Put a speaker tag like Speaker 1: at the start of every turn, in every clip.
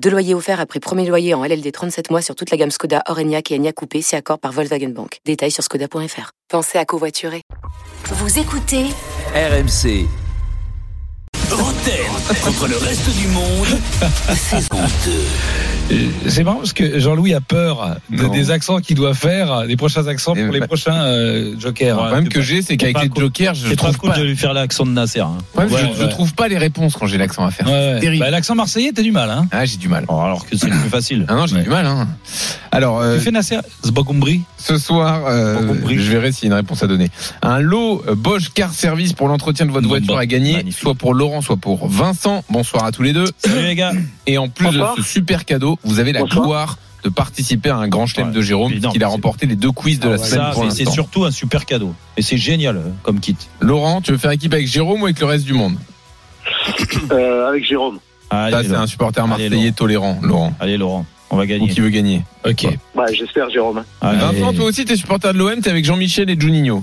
Speaker 1: Deux loyers offerts après premier loyer en LLD 37 mois sur toute la gamme Skoda, Orenia et Enya Coupé, si accord par Volkswagen Bank. Détails sur skoda.fr. Pensez à covoiturer.
Speaker 2: Vous écoutez
Speaker 3: RMC. Rotten contre le reste du monde. Saison 2.
Speaker 4: C'est marrant parce que Jean-Louis a peur de-
Speaker 5: Non.
Speaker 4: des accents qu'il doit faire, des prochains accents
Speaker 5: Eh
Speaker 4: pour les
Speaker 5: ben-
Speaker 4: prochains euh, jokers.
Speaker 5: Le problème que j'ai, c'est qu'avec
Speaker 6: pas
Speaker 5: les
Speaker 6: cool.
Speaker 5: jokers, je
Speaker 6: C'est trop
Speaker 5: trouve
Speaker 6: cool
Speaker 5: pas.
Speaker 6: de lui faire l'accent de Nasser. hein.
Speaker 5: Le problème,
Speaker 4: Ouais,
Speaker 5: je, je
Speaker 4: ouais.
Speaker 5: trouve pas les réponses quand j'ai l'accent à faire.
Speaker 4: Ouais, ouais.
Speaker 5: C'est terrible.
Speaker 4: Bah, L'accent marseillais, t'as du mal. Hein
Speaker 5: Ah, j'ai du mal.
Speaker 6: Oh, Alors que c'est le plus facile.
Speaker 5: Ah non, j'ai
Speaker 4: Ouais.
Speaker 5: du mal. Hein. Alors, euh,
Speaker 4: Tu fais Nasser Zbogombri
Speaker 5: ce soir, euh,
Speaker 4: Pas compris.
Speaker 5: je verrai s'il y a une réponse à donner. Un lot euh, Bosch Car Service pour l'entretien de votre
Speaker 4: Bon,
Speaker 5: voiture
Speaker 4: bah,
Speaker 5: à gagner,
Speaker 4: magnifique.
Speaker 5: soit pour Laurent, soit pour Vincent. Bonsoir à tous les deux.
Speaker 4: Salut les gars.
Speaker 5: Et en plus
Speaker 7: Bonsoir.
Speaker 5: de ce super cadeau, vous avez la
Speaker 7: Bonsoir.
Speaker 5: gloire de participer à un grand chelem
Speaker 6: Ouais,
Speaker 5: de Jérôme,
Speaker 6: c'est énorme.
Speaker 5: qu'il a remporté les deux quiz de la semaine
Speaker 6: Ça,
Speaker 5: pour
Speaker 6: mais c'est
Speaker 5: l'instant.
Speaker 6: surtout un super cadeau. Et c'est génial euh, comme kit.
Speaker 5: Laurent, tu veux faire équipe avec Jérôme ou avec le reste du monde
Speaker 7: Euh, avec Jérôme.
Speaker 6: Allez,
Speaker 5: Ça, c'est
Speaker 6: Laurent.
Speaker 5: un supporter
Speaker 6: Allez,
Speaker 5: marseillais
Speaker 6: Laurent.
Speaker 5: tolérant, Laurent.
Speaker 6: Allez, Laurent, on va
Speaker 5: Ou
Speaker 6: gagner.
Speaker 5: qui veut gagner.
Speaker 4: Ok.
Speaker 7: Bah, j'espère, Jérôme.
Speaker 6: Allez.
Speaker 5: Ah, Vincent, toi aussi, t'es supporter de l'OM, t'es avec Jean-Michel et Juninho.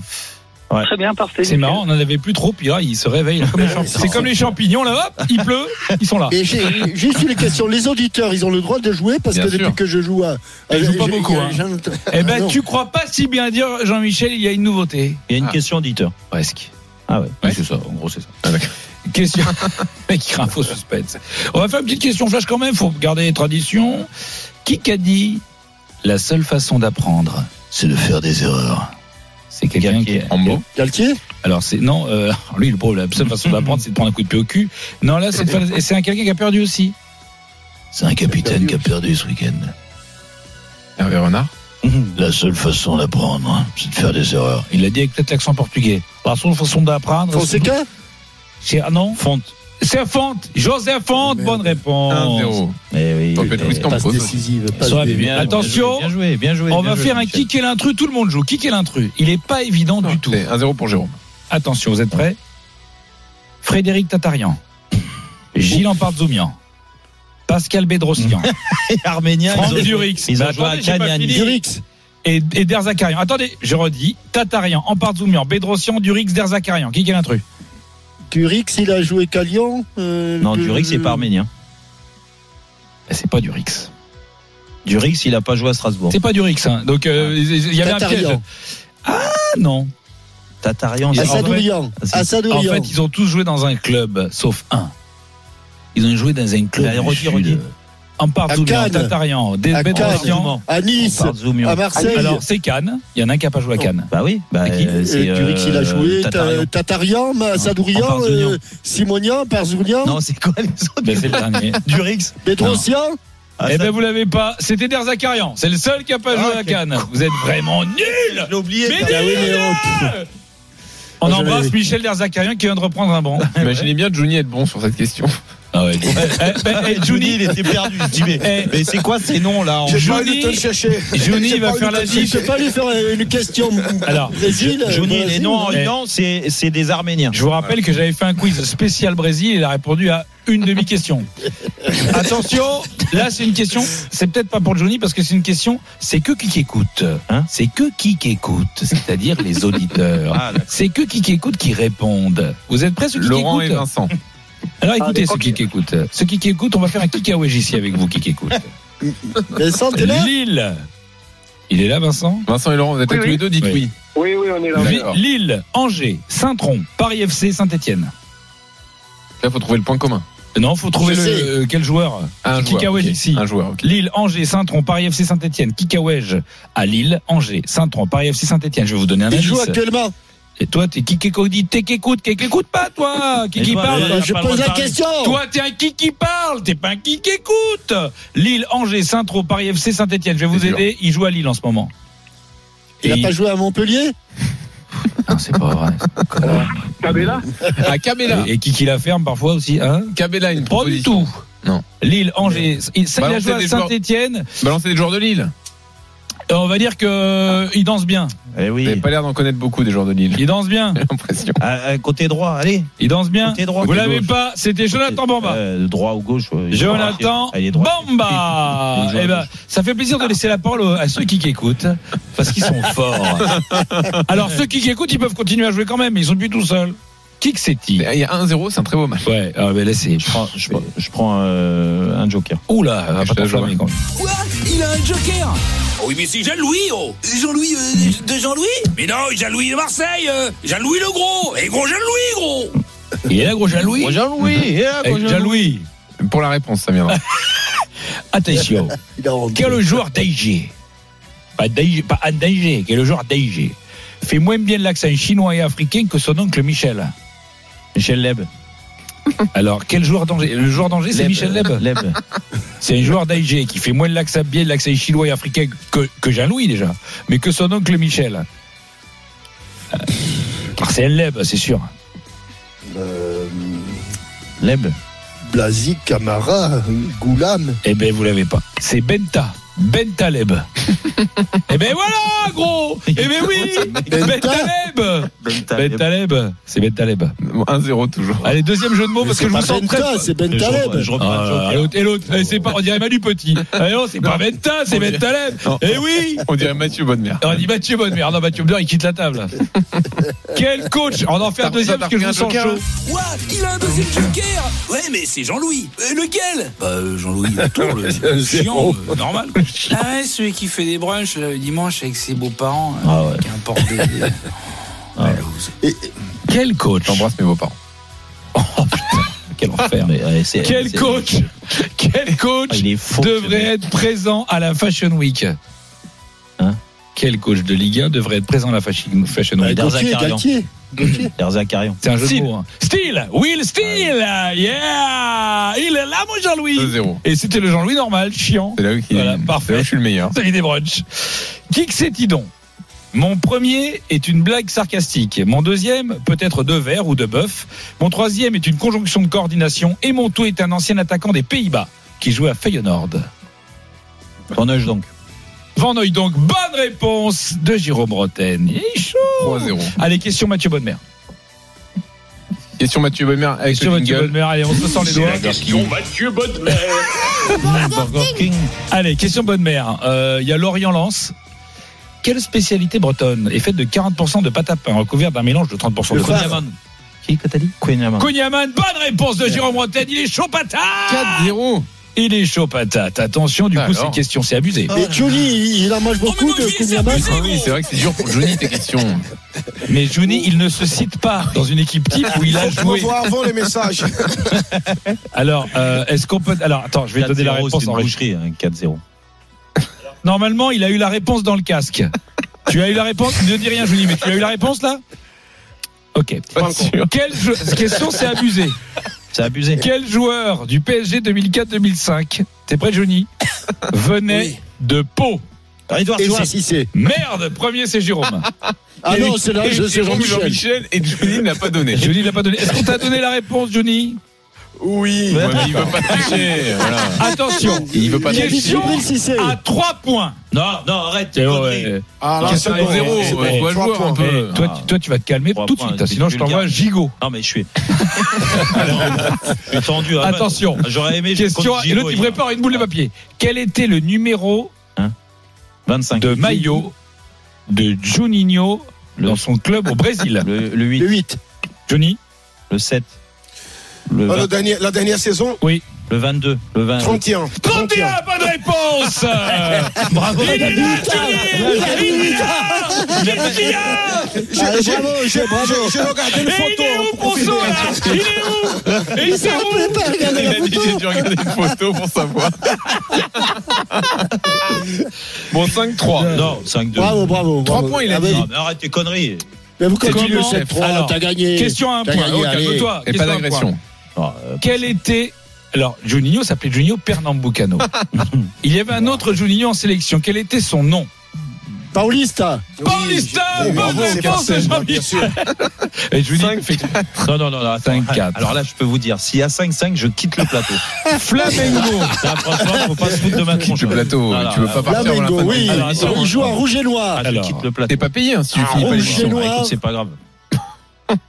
Speaker 7: Très bien, parfait.
Speaker 4: C'est marrant, on en avait plus trop, puis là, ils se réveillent. là, comme les champ- C'est comme les champignons, là, hop, il pleut, ils sont là.
Speaker 8: Et j'ai- juste une question, les auditeurs, ils ont le droit de jouer parce
Speaker 5: Bien
Speaker 8: que depuis
Speaker 5: sûr.
Speaker 8: que je joue à.
Speaker 4: Ils
Speaker 8: à-
Speaker 4: jouent pas
Speaker 8: j'ai-
Speaker 4: beaucoup, hein.
Speaker 8: j'ai-
Speaker 4: Eh
Speaker 8: Ah
Speaker 4: ben,
Speaker 8: non.
Speaker 4: tu crois pas si bien dire, Jean-Michel, il y a une nouveauté.
Speaker 6: Il y a une
Speaker 5: Ah.
Speaker 6: question auditeur.
Speaker 4: Presque.
Speaker 6: Ah ouais, Ah,
Speaker 4: Ouais.
Speaker 6: c'est ça, en gros, c'est ça.
Speaker 4: Question. Mec, il crée un faux suspense. On va faire une petite question flash quand même, faut garder les traditions. Qui qu'a dit La seule façon d'apprendre, c'est de faire des erreurs. C'est quelqu'un qui est.
Speaker 5: En mots.
Speaker 8: Galtier
Speaker 4: Alors, c'est. Non, euh, lui, le problème, la seule façon d'apprendre, c'est de prendre un coup de pied au cul. Non, là, c'est de faire- et c'est un quelqu'un qui a perdu aussi.
Speaker 9: C'est un capitaine qui a perdu ce week-end.
Speaker 5: Hervé Renard.
Speaker 9: La seule façon d'apprendre, hein, c'est de faire des erreurs.
Speaker 4: Il l'a dit avec peut-être l'accent portugais. La seule façon d'apprendre. c'est-
Speaker 8: Fonseca
Speaker 4: C'est ah non
Speaker 6: Fonte.
Speaker 4: C'est Fonte. José Fonte.
Speaker 8: Merde.
Speaker 4: Bonne réponse.
Speaker 5: 1-0.
Speaker 6: Eh oui.
Speaker 5: T'en fais le
Speaker 6: Eh,
Speaker 5: quiz
Speaker 8: euh, Passe
Speaker 5: Campos.
Speaker 8: décisive. Passe
Speaker 4: Soit
Speaker 8: dé-
Speaker 4: bien. Attention.
Speaker 6: Bien joué, bien joué.
Speaker 4: On
Speaker 6: bien
Speaker 4: va
Speaker 6: joué,
Speaker 4: faire un
Speaker 6: Michel.
Speaker 4: kick et l'intrus. Tout le monde joue. Kick et l'intrus. Il est pas évident du tout.
Speaker 5: C'est 1-0 Eh, pour Jérôme.
Speaker 4: Attention, vous êtes prêts Frédéric Tatarian. Gilles Ampardzoumian. Pascal Bédrossian.
Speaker 6: Et Arménien,
Speaker 4: Franck
Speaker 6: ils ont-
Speaker 4: Durix.
Speaker 6: Ils
Speaker 4: Bah,
Speaker 6: ont joué à
Speaker 4: attendez, j'ai pas
Speaker 6: Cagnani.
Speaker 4: fini. Durix. Et, et Derzakarian. Attendez, je redis. Tatarian, Ampardzoumian, Bédrossian, Durix, Derzakarian. Qui est l'intrus
Speaker 8: Turix, il a joué qu'à Lyon. euh,
Speaker 6: Non,
Speaker 8: le-
Speaker 6: Durix, c'est pas arménien.
Speaker 4: Ben, C'est pas Durix.
Speaker 6: Durix, il a pas joué à Strasbourg.
Speaker 4: C'est pas Durix. hein. Donc, euh, il y avait un piège.
Speaker 8: Tatarian.
Speaker 4: Ah non.
Speaker 6: Tatarian, il a-
Speaker 4: Ah, ça-
Speaker 8: Assadourian.
Speaker 6: Ah, si.
Speaker 4: En
Speaker 8: Assadourian.
Speaker 4: fait, ils ont tous joué dans un club, sauf un. Ils ont joué dans un club.
Speaker 6: Allez, redis, redis.
Speaker 4: Ampardzoumian,
Speaker 8: À Cannes.
Speaker 4: Tatarian,
Speaker 8: À Cannes.
Speaker 4: Bédrossian.
Speaker 8: À Nice,
Speaker 6: Barzoumian.
Speaker 8: à Marseille.
Speaker 4: Alors, c'est Cannes. Il y en a un qui n'a pas joué à Cannes.
Speaker 6: Bah oui, bah,
Speaker 4: C'est qui
Speaker 6: euh, c'est,
Speaker 8: Euh, Turix, il a
Speaker 6: euh,
Speaker 8: joué. Ta-
Speaker 6: Tatarian.
Speaker 8: Tatarian, Ma- Assadourian,
Speaker 6: Parzounian.
Speaker 8: euh, Simonian, Parzounian,
Speaker 6: Non, c'est quoi les autres
Speaker 4: Ben, c'est le dernier.
Speaker 6: Durix
Speaker 8: Bedrosian.
Speaker 6: Ah,
Speaker 4: eh
Speaker 6: ça,
Speaker 4: ben, vous l'avez pas. C'était Derzakarian. C'est le seul qui n'a
Speaker 6: Ah,
Speaker 4: pas joué à Cannes. Vous êtes vraiment nuls.
Speaker 6: Je l'ai oublié.
Speaker 4: Mais
Speaker 8: Ah oui, mais
Speaker 4: nuls
Speaker 8: oh, pff,
Speaker 4: On
Speaker 6: Bah,
Speaker 8: Moi, je
Speaker 4: embrasse
Speaker 8: l'avais.
Speaker 4: Michel Derzakarian qui vient de reprendre un banc.
Speaker 5: Imaginez bien Juni être bon sur cette question.
Speaker 4: Ah ouais. eh,
Speaker 6: Et Juni, il était perdu. Il se dit, mais, mais c'est quoi ces noms là en-
Speaker 4: J'ai pas eu le
Speaker 8: Johnny-
Speaker 4: temps de Juni, il va faire la
Speaker 8: Je
Speaker 4: liste.
Speaker 8: peux pas lui faire une question.
Speaker 4: Alors,
Speaker 8: Brésil.
Speaker 6: Juni, les
Speaker 8: Brésil,
Speaker 6: noms en
Speaker 4: Eh.
Speaker 6: non, Oh, c'est c'est des Arméniens.
Speaker 4: Je vous rappelle que j'avais fait un quiz spécial Brésil et il a répondu à une demi-question. Attention, là c'est une question, c'est peut-être pas pour Johnny parce que c'est une question, c'est que qui qui écoute hein C'est que qui qui écoute, c'est-à-dire les auditeurs.
Speaker 6: Ah, d'accord.
Speaker 4: C'est que qui qui écoute qui répondent. Vous êtes prêts ceux qui qui
Speaker 5: Laurent et
Speaker 4: écoutent
Speaker 5: Vincent.
Speaker 4: Alors écoutez
Speaker 7: Ah,
Speaker 4: ceux qui qui écoutent. Ceux qui qui écoutent, on va faire un kikawège ici avec vous qui qui écoute.
Speaker 8: Vincent, t'es là
Speaker 4: Lille. Il est là Vincent
Speaker 5: Vincent et Laurent, vous êtes
Speaker 7: Oui,
Speaker 5: là tous
Speaker 7: oui.
Speaker 5: les deux, dites
Speaker 4: Oui.
Speaker 5: oui.
Speaker 7: Oui, oui, on est là.
Speaker 5: D'accord.
Speaker 4: Vi- Lille, Angers, Saint-Tron, Paris FC, Saint-Etienne.
Speaker 5: Là, faut trouver le point commun.
Speaker 4: Non, faut trouver
Speaker 8: Je
Speaker 4: le,
Speaker 8: sais.
Speaker 4: euh, quel joueur
Speaker 5: Un
Speaker 4: Qui
Speaker 5: joueur.
Speaker 4: caouette
Speaker 5: ok.
Speaker 4: ici.
Speaker 5: Un joueur, ok.
Speaker 4: Lille, Angers, Saint-Tron, Paris FC Saint-Etienne, Kikawège à Lille, Angers, Saint-Tron, Paris FC Saint-Etienne. Je vais vous donner un
Speaker 8: Il
Speaker 4: indice.
Speaker 8: joue actuellement.
Speaker 4: Et toi, t'es qui qui dit, t'es qui écoute, qui qui écoute pas, toi, qui
Speaker 6: Et
Speaker 4: qui
Speaker 6: toi,
Speaker 4: parle.
Speaker 6: Lille,
Speaker 8: Bah,
Speaker 6: a
Speaker 8: Je
Speaker 6: pas le droit
Speaker 8: pose
Speaker 6: de
Speaker 8: la
Speaker 6: parler.
Speaker 8: question.
Speaker 4: Toi, t'es un qui qui parle, t'es pas un qui qui écoute. Lille, Angers, Saint-Tron, Paris FC Saint-Etienne. Je vais vous
Speaker 5: C'est dur.
Speaker 4: aider. Il joue à Lille en ce moment.
Speaker 8: Il
Speaker 4: Et
Speaker 8: n'a pas joué à Montpellier
Speaker 4: Non, c'est pas vrai.
Speaker 7: Cabella
Speaker 5: Ah, Cabella.
Speaker 4: Et, et qui qui la ferme parfois aussi, hein
Speaker 5: Cabella, une
Speaker 4: Pas du
Speaker 5: proposition.
Speaker 4: tout.
Speaker 5: Non.
Speaker 4: Lille, Angers, il, ça, il a
Speaker 5: Balancez
Speaker 4: joué à
Speaker 5: des joueurs.
Speaker 4: Saint-Etienne.
Speaker 5: Balancer des joueurs de Lille.
Speaker 4: Euh, on va dire que euh, il danse bien.
Speaker 6: Eh
Speaker 5: Vous n'avez
Speaker 6: oui.
Speaker 5: pas l'air d'en connaître beaucoup des gens de Lille.
Speaker 4: Il danse bien.
Speaker 5: J'ai l'impression.
Speaker 6: Ah, ah, côté droit, allez.
Speaker 4: Il danse bien.
Speaker 6: Côté droit.
Speaker 4: Vous
Speaker 6: Côté
Speaker 4: l'avez
Speaker 6: gauche.
Speaker 4: pas, c'était Jonathan Bamba.
Speaker 6: Euh, droit ou gauche. ouais.
Speaker 4: Jonathan
Speaker 6: Allez, Ah, droit.
Speaker 4: Bamba.
Speaker 6: Il joue à
Speaker 4: Eh ben,
Speaker 6: gauche.
Speaker 4: ça fait plaisir de laisser la parole aux- à ceux qui qui écoutent parce qu'ils sont forts. Alors ceux qui qui écoutent, ils peuvent continuer à jouer quand même. Ils sont plus tout seuls. Qui que c'est-il
Speaker 5: Il y a 1-0, c'est un très beau match.
Speaker 4: Ouais, ah, mais là c'est.
Speaker 6: Je prends, je prends- je prends, euh, un joker.
Speaker 4: Oula, on va
Speaker 5: Je
Speaker 4: pas
Speaker 5: te la joue,
Speaker 4: t'enflammer,
Speaker 5: hein.
Speaker 4: quand même.
Speaker 3: Quoi Il a un joker Ah Oui, mais c'est Jean-Louis, oh Jean-Louis euh, de Jean-Louis Mais non, Jean-Louis de Marseille euh, Jean-Louis le gros Et gros Jean-Louis, gros
Speaker 4: Il est là, gros Eh, Jaloui.
Speaker 6: Jean-Louis.
Speaker 4: Avec Jaloui.
Speaker 5: Eh, Pour la réponse, ça viendra.
Speaker 4: Attention.
Speaker 8: Il a rendu.
Speaker 4: Quel est le joueur d'AIG Pas d'AIG, pas Anne d'AIG, qui est le joueur d'AIG. Fait moins bien l'accent chinois et africain que son oncle Michel.
Speaker 6: Michel Leb.
Speaker 4: Alors, quel joueur d'Angers Le joueur d'Angers, c'est
Speaker 6: Leb.
Speaker 4: Michel Leb.
Speaker 6: Leb.
Speaker 4: C'est un joueur d'AIG qui fait moins l'accent bien l'accent chinois et africain que, que Jean-Louis déjà, mais que son oncle Michel. Euh, C'est un Leb, c'est sûr.
Speaker 8: Euh,
Speaker 6: Leb.
Speaker 8: Blasi, Camara, Goulam.
Speaker 4: Eh ben, vous l'avez pas. C'est Benta. Bentaleb. eh ben voilà, gros Eh ben oui Bentaleb Bentaleb C'est Bentaleb.
Speaker 5: Bon, 1-0 toujours.
Speaker 4: Allez, deuxième jeu de mots parce que je vous sens très...
Speaker 8: Benta, c'est Ben
Speaker 6: Je reprends-
Speaker 8: Taleb.
Speaker 6: Je reprends un
Speaker 4: Ah,
Speaker 6: joker.
Speaker 4: l'autre, et l'autre, Eh, c'est pas, on dirait Manu Petit. Ah non, c'est pas Benta, c'est
Speaker 5: On dirait-
Speaker 4: Bentaleb.
Speaker 5: Non.
Speaker 4: Eh oui
Speaker 5: On dirait Mathieu Bonnemer.
Speaker 4: Et on dit Mathieu Bonnemer. Non, Mathieu Bonnemer, il quitte la table. Quel coach On en fait un
Speaker 5: T'as-
Speaker 4: deuxième
Speaker 5: t'as
Speaker 4: parce que je vous
Speaker 5: pris un
Speaker 4: sens
Speaker 5: joker,
Speaker 4: chaud.
Speaker 5: là
Speaker 3: Quoi Il a un deuxième joker Ouais, mais c'est Jean-Louis Euh, Lequel Bah, euh, Jean-Louis, le tour, le le géant, euh, normal. quoi. Ah ouais, celui qui fait des brunchs euh, le dimanche avec ses beaux-parents. euh,
Speaker 6: Ah ouais.
Speaker 3: Qu'importe. Oh,
Speaker 8: Et-
Speaker 4: Quel coach
Speaker 5: J'embrasse mes beaux-parents.
Speaker 4: Quel enfer.
Speaker 6: Mais, ouais, c'est-
Speaker 4: Quel
Speaker 6: c'est-
Speaker 4: coach Quel
Speaker 6: Ah,
Speaker 4: coach
Speaker 6: Il est faux.
Speaker 4: devrait être présent à la Fashion Week
Speaker 6: Hein
Speaker 4: Quel coach de Ligue 1 devrait être présent à la Fashion Fashion
Speaker 8: Bah,
Speaker 4: Week
Speaker 6: dans un
Speaker 8: Gauthier,
Speaker 4: hein.
Speaker 6: carillon.
Speaker 8: Gauthier. Gauthier.
Speaker 6: Erzak Arion.
Speaker 4: C'est un jeu de mots. hein. Steele Will Steele Yeah Il est là, mon Jean-Louis
Speaker 5: 2-0.
Speaker 4: Et c'était le Jean-Louis normal, chiant.
Speaker 5: C'est là où, qu'il-
Speaker 4: Voilà,
Speaker 5: c'est
Speaker 4: parfait.
Speaker 5: là où je suis le meilleur.
Speaker 4: Salut des brunchs. Qui que c'est Tidon Mon premier est une blague sarcastique. Mon deuxième, peut-être de verre ou de bœuf. Mon troisième est une conjonction de coordination. Et mon tout est un ancien attaquant des Pays-Bas qui jouait à Feyenoord.
Speaker 6: Van Heuge, donc.
Speaker 4: Van Hooy donc, bonne réponse de Jérôme Roten. Il est chaud.
Speaker 5: 3-0.
Speaker 4: Allez, question Mathieu Bonnemer.
Speaker 5: Question Mathieu Bonnemer avec
Speaker 4: Question
Speaker 5: le
Speaker 4: Mathieu
Speaker 5: jingle.
Speaker 4: Bonnemer, allez, on se sent les doigts.
Speaker 6: Burger King.
Speaker 4: Allez, question Bonnemer. Euh, Il y a Lorient Lens. Quelle spécialité bretonne est faite de 40% de pâte à pain recouverte d'un mélange de 30% de
Speaker 8: Le fave.
Speaker 4: cognaman
Speaker 6: Qui que t'as dit Queen Yaman.
Speaker 4: Cognaman, bonne réponse de Jérôme Roten. Il est chaud patate
Speaker 5: 4-0.
Speaker 4: Il est chaud patate. Attention, du coup,
Speaker 5: Alors.
Speaker 4: ces questions, c'est abusé.
Speaker 8: Mais Johnny, il en mange beaucoup de Kouliaman.
Speaker 5: Ah oui, c'est vrai que c'est dur pour Johnny tes questions.
Speaker 4: Mais Johnny, il ne se cite pas dans une équipe type où il
Speaker 8: Ah,
Speaker 4: a joué.
Speaker 8: avant les messages.
Speaker 4: Alors, euh, est-ce qu'on peut. Alors, attends, je vais donner la
Speaker 6: 4-0,
Speaker 4: réponse
Speaker 6: c'est une
Speaker 4: en régie.
Speaker 6: boucherie, hein, 4-0.
Speaker 4: Normalement, il a eu la réponse dans le casque. tu as eu la réponse Ne dis rien, Julie, mais tu as eu la réponse là Ok.
Speaker 5: Pas sûr.
Speaker 4: Quel jeu... cette Question, c'est abusé.
Speaker 6: C'est abusé.
Speaker 4: Quel joueur du PSG 2004-2005, t'es prêt, Johnny Venait
Speaker 8: Oui.
Speaker 4: de Pau.
Speaker 6: Ah, Edouard
Speaker 8: Et
Speaker 6: Suarez.
Speaker 8: c'est si c'est.
Speaker 4: Merde, premier, c'est Jérôme.
Speaker 8: Ah non, c'est là,
Speaker 5: Et-
Speaker 8: je sais
Speaker 5: et
Speaker 8: Jean-Michel.
Speaker 5: et Johnny ne l'a pas donné.
Speaker 4: Johnny l'a pas donné. Est-ce qu'on t'a donné la réponse, Johnny
Speaker 8: Oui.
Speaker 5: Ouais, mais il veut pas tricher. Voilà.
Speaker 4: Attention.
Speaker 5: Il veut pas
Speaker 8: Il a dit
Speaker 4: Question
Speaker 8: Djibril Cissé.
Speaker 4: À 3 points.
Speaker 6: Non, non, arrête. tes conneries.
Speaker 8: Ah
Speaker 4: là, c'est bon.
Speaker 5: 0
Speaker 4: c'est
Speaker 5: ouais,
Speaker 4: bon.
Speaker 5: doit jouer un peu.
Speaker 4: Eh, toi, tu- toi, tu vas te calmer
Speaker 6: Euh, ah. Trois
Speaker 4: tout de
Speaker 6: points,
Speaker 4: suite, hein, sinon je
Speaker 6: vulgaire.
Speaker 4: t'envoie gigot.
Speaker 6: Non, mais je suis. Je suis tendu. hein.
Speaker 4: Attention.
Speaker 6: J'aurais aimé.
Speaker 4: Question,
Speaker 6: contre
Speaker 4: et
Speaker 6: Giroud,
Speaker 4: l'autre, il
Speaker 6: il-
Speaker 4: prépare une boule de papier. Quel était le numéro
Speaker 6: 25.
Speaker 4: de maillot de Juninho dans son club au Brésil
Speaker 6: Le, le 8,
Speaker 8: Le 8.
Speaker 4: Johnny
Speaker 6: le 7, le,
Speaker 8: Oh,
Speaker 6: vingt-
Speaker 8: la dernière saison,
Speaker 6: le 22, le 20.
Speaker 8: 31.
Speaker 4: 31, bonne réponse
Speaker 6: Bravo,
Speaker 4: Il est là, Johnny Ah, Il est là Qu'est-ce qu'il y a
Speaker 8: Ah, bravo, Ah, j'ai- bravo.
Speaker 4: Et il est où pour ça là Il est où Et il
Speaker 8: Il s'est
Speaker 4: sert où
Speaker 8: rappelé pas, regardez
Speaker 5: Il
Speaker 8: la
Speaker 5: a dit
Speaker 8: photo.
Speaker 5: j'ai dû regarder une photo pour savoir. Bon, 5-3.
Speaker 6: Non, 5-2.
Speaker 8: Bravo, bravo.
Speaker 5: Trois
Speaker 8: bravo.
Speaker 5: points, il a
Speaker 8: Ah,
Speaker 5: dit.
Speaker 8: bah,
Speaker 6: Non, mais arrête tes conneries.
Speaker 8: Mais vous
Speaker 4: C'est
Speaker 8: comprenez
Speaker 4: du
Speaker 8: le
Speaker 4: chef.
Speaker 8: 7-3,
Speaker 4: Alors,
Speaker 8: t'as gagné.
Speaker 4: Question à un
Speaker 8: T'as
Speaker 4: point.
Speaker 8: gagné,
Speaker 4: Oh,
Speaker 8: allez.
Speaker 4: calme-toi.
Speaker 5: Et
Speaker 4: Question
Speaker 5: pas
Speaker 4: à un point.
Speaker 5: d'agression.
Speaker 6: Non, euh,
Speaker 4: Quel était. Alors, Juninho s'appelait Juninho Pernambucano. Il y avait un autre Juninho en sélection. Quel était son nom
Speaker 8: Paulista. Oh,
Speaker 4: Paulista,
Speaker 8: Ah,
Speaker 6: Oui,
Speaker 4: bonne
Speaker 6: bravo,
Speaker 4: réponse de
Speaker 6: Carcel,
Speaker 4: Jean-Michel. Et je vous dis,
Speaker 6: Cinq,
Speaker 4: effectivement- non, non, non, non, 5-4.
Speaker 6: Alors là, je peux vous dire, s'il y a 5-5, je quitte le plateau.
Speaker 4: Flamengo.
Speaker 6: Là, franchement, faut pas se foutre de ma tronche. hein.
Speaker 5: Quitte le plateau,
Speaker 6: Voilà,
Speaker 5: tu veux pas partir avant la
Speaker 8: Flamengo,
Speaker 5: fin de-
Speaker 8: oui.
Speaker 6: Alors, attends,
Speaker 8: Il joue à rouge et noir.
Speaker 6: Ah, je
Speaker 4: Alors.
Speaker 6: quitte le plateau.
Speaker 5: T'es pas payé hein, si tu finis
Speaker 8: rouge
Speaker 5: pas
Speaker 8: et
Speaker 5: l'émission.
Speaker 8: noir.
Speaker 6: Ah, écoute, c'est pas grave.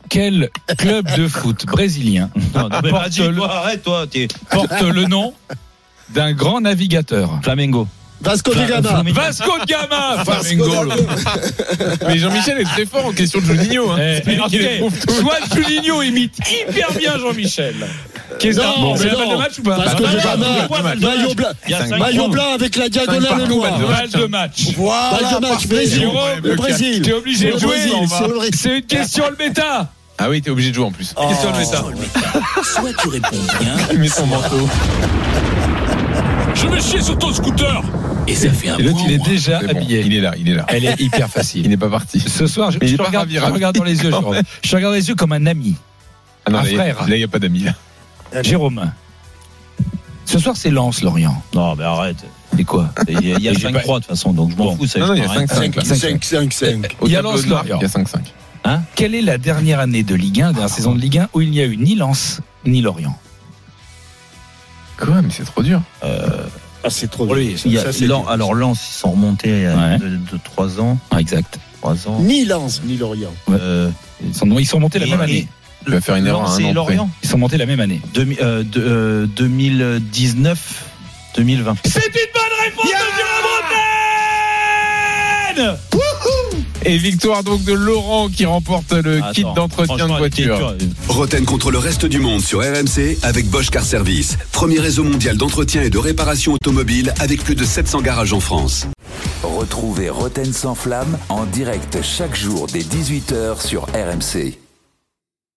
Speaker 4: Quel club de foot brésilien
Speaker 6: Non, non, mais
Speaker 4: Porte
Speaker 6: vas-y,
Speaker 4: le-
Speaker 6: toi, arrête, toi, t'es
Speaker 4: porte le nom d'un grand navigateur Euh,
Speaker 6: Flamengo.
Speaker 8: Vasco de Gama.
Speaker 4: Vasco de Gama Flamengo.
Speaker 5: Mais Jean-Michel est très fort en question de Juninho. Hein.
Speaker 4: Eh,
Speaker 5: lui qui les
Speaker 4: ok.
Speaker 5: trouve tous.
Speaker 4: Soit Juninho imite hyper bien Jean-Michel. Qu'est-ce
Speaker 8: Non, mais
Speaker 4: que c'est la
Speaker 8: non.
Speaker 4: balle de match ou pas
Speaker 8: Vasco de
Speaker 4: Balle de match,
Speaker 8: Gama.
Speaker 4: balle de match.
Speaker 8: Maillot blanc.
Speaker 6: Il y a
Speaker 5: Cinq.
Speaker 6: cinq
Speaker 8: Maillot
Speaker 6: points.
Speaker 8: blanc avec la diagonale
Speaker 5: partout,
Speaker 8: noire.
Speaker 4: Balle de match.
Speaker 8: Balle de match, Brésil.
Speaker 4: Jérôme,
Speaker 8: Le Brésil.
Speaker 4: T'es obligé de
Speaker 8: Le
Speaker 4: jouer.
Speaker 8: Brésil,
Speaker 4: on va.
Speaker 8: c'est le Brésil.
Speaker 4: C'est une question le méta.
Speaker 5: Ah oui, t'es obligé de jouer en plus.
Speaker 4: Question le méta.
Speaker 3: Soit tu réponds bien,
Speaker 5: Il met son manteau.
Speaker 3: je vais chier sur ton scooter. Et ça fait un
Speaker 4: Et l'autre,
Speaker 3: point.
Speaker 4: il est
Speaker 3: moi.
Speaker 4: déjà
Speaker 5: C'est bon,
Speaker 4: habillé.
Speaker 5: Il est là, il est là.
Speaker 4: Elle est hyper facile.
Speaker 5: Il n'est pas parti.
Speaker 4: Ce soir, je,
Speaker 5: Mais il
Speaker 4: je
Speaker 5: est
Speaker 4: te
Speaker 5: pas
Speaker 4: regarde,
Speaker 5: ravi,
Speaker 4: je te
Speaker 5: ravi.
Speaker 4: regarde dans les yeux, Jérôme. Je te regarde dans les yeux comme un ami,
Speaker 5: Ah non,
Speaker 4: Un
Speaker 5: là, il-
Speaker 4: frère.
Speaker 5: Là, il n'y a pas d'amis. là.
Speaker 4: Jérôme. Ce soir, c'est Lance, Lorient.
Speaker 6: Non, mais arrête.
Speaker 4: Et quoi
Speaker 6: Il y a- il y a 5-3 de toute façon, donc je m'en fous. ça,
Speaker 5: Non, non, il y
Speaker 6: je
Speaker 5: a
Speaker 6: prends rien.
Speaker 5: 5-5 là.
Speaker 8: 5-5-5.
Speaker 5: Au
Speaker 4: hein. Il y a
Speaker 5: tableau
Speaker 4: Lens,
Speaker 5: de marque,
Speaker 4: Lorient.
Speaker 5: Il y a 5-5.
Speaker 4: Hein Quelle est la dernière année de Ligue 1, de la saison de Ligue 1 où il n'y a eu ni Lens ni Lorient
Speaker 5: Quoi Mais c'est trop dur.
Speaker 8: Ah, c'est trop.
Speaker 6: Oui,
Speaker 8: Ça,
Speaker 6: il y a
Speaker 8: ça, c'est
Speaker 6: Lan-
Speaker 8: dur.
Speaker 6: alors Lens, ils sont remontés il y a
Speaker 4: Ouais.
Speaker 6: de, de 3 ans.
Speaker 4: ah, Exact.
Speaker 6: 3 ans.
Speaker 8: Ni Lens, ni Lorient.
Speaker 6: Euh,
Speaker 4: Ils sont, ils sont montés la
Speaker 6: et-
Speaker 4: même année.
Speaker 6: et-
Speaker 5: Tu vas faire une erreur à
Speaker 6: Lens
Speaker 5: un
Speaker 6: et
Speaker 5: an
Speaker 6: Lorient.
Speaker 4: Ils sont montés la même année.
Speaker 6: Demi- euh, de- euh, 2019, 2020.
Speaker 4: C'est une bonne réponse de Jérôme Rotten
Speaker 5: près. Et victoire donc de Laurent qui remporte le
Speaker 4: Ah,
Speaker 5: kit
Speaker 6: Attends,
Speaker 5: d'entretien de
Speaker 6: franchement,
Speaker 5: voiture.
Speaker 6: t'es dur.
Speaker 2: Roten contre le reste du monde sur RMC avec Bosch Car Service. Premier réseau mondial d'entretien et de réparation automobile avec plus de 700 garages en France.
Speaker 10: Retrouvez Roten sans flamme en direct chaque jour dès 18h sur RMC.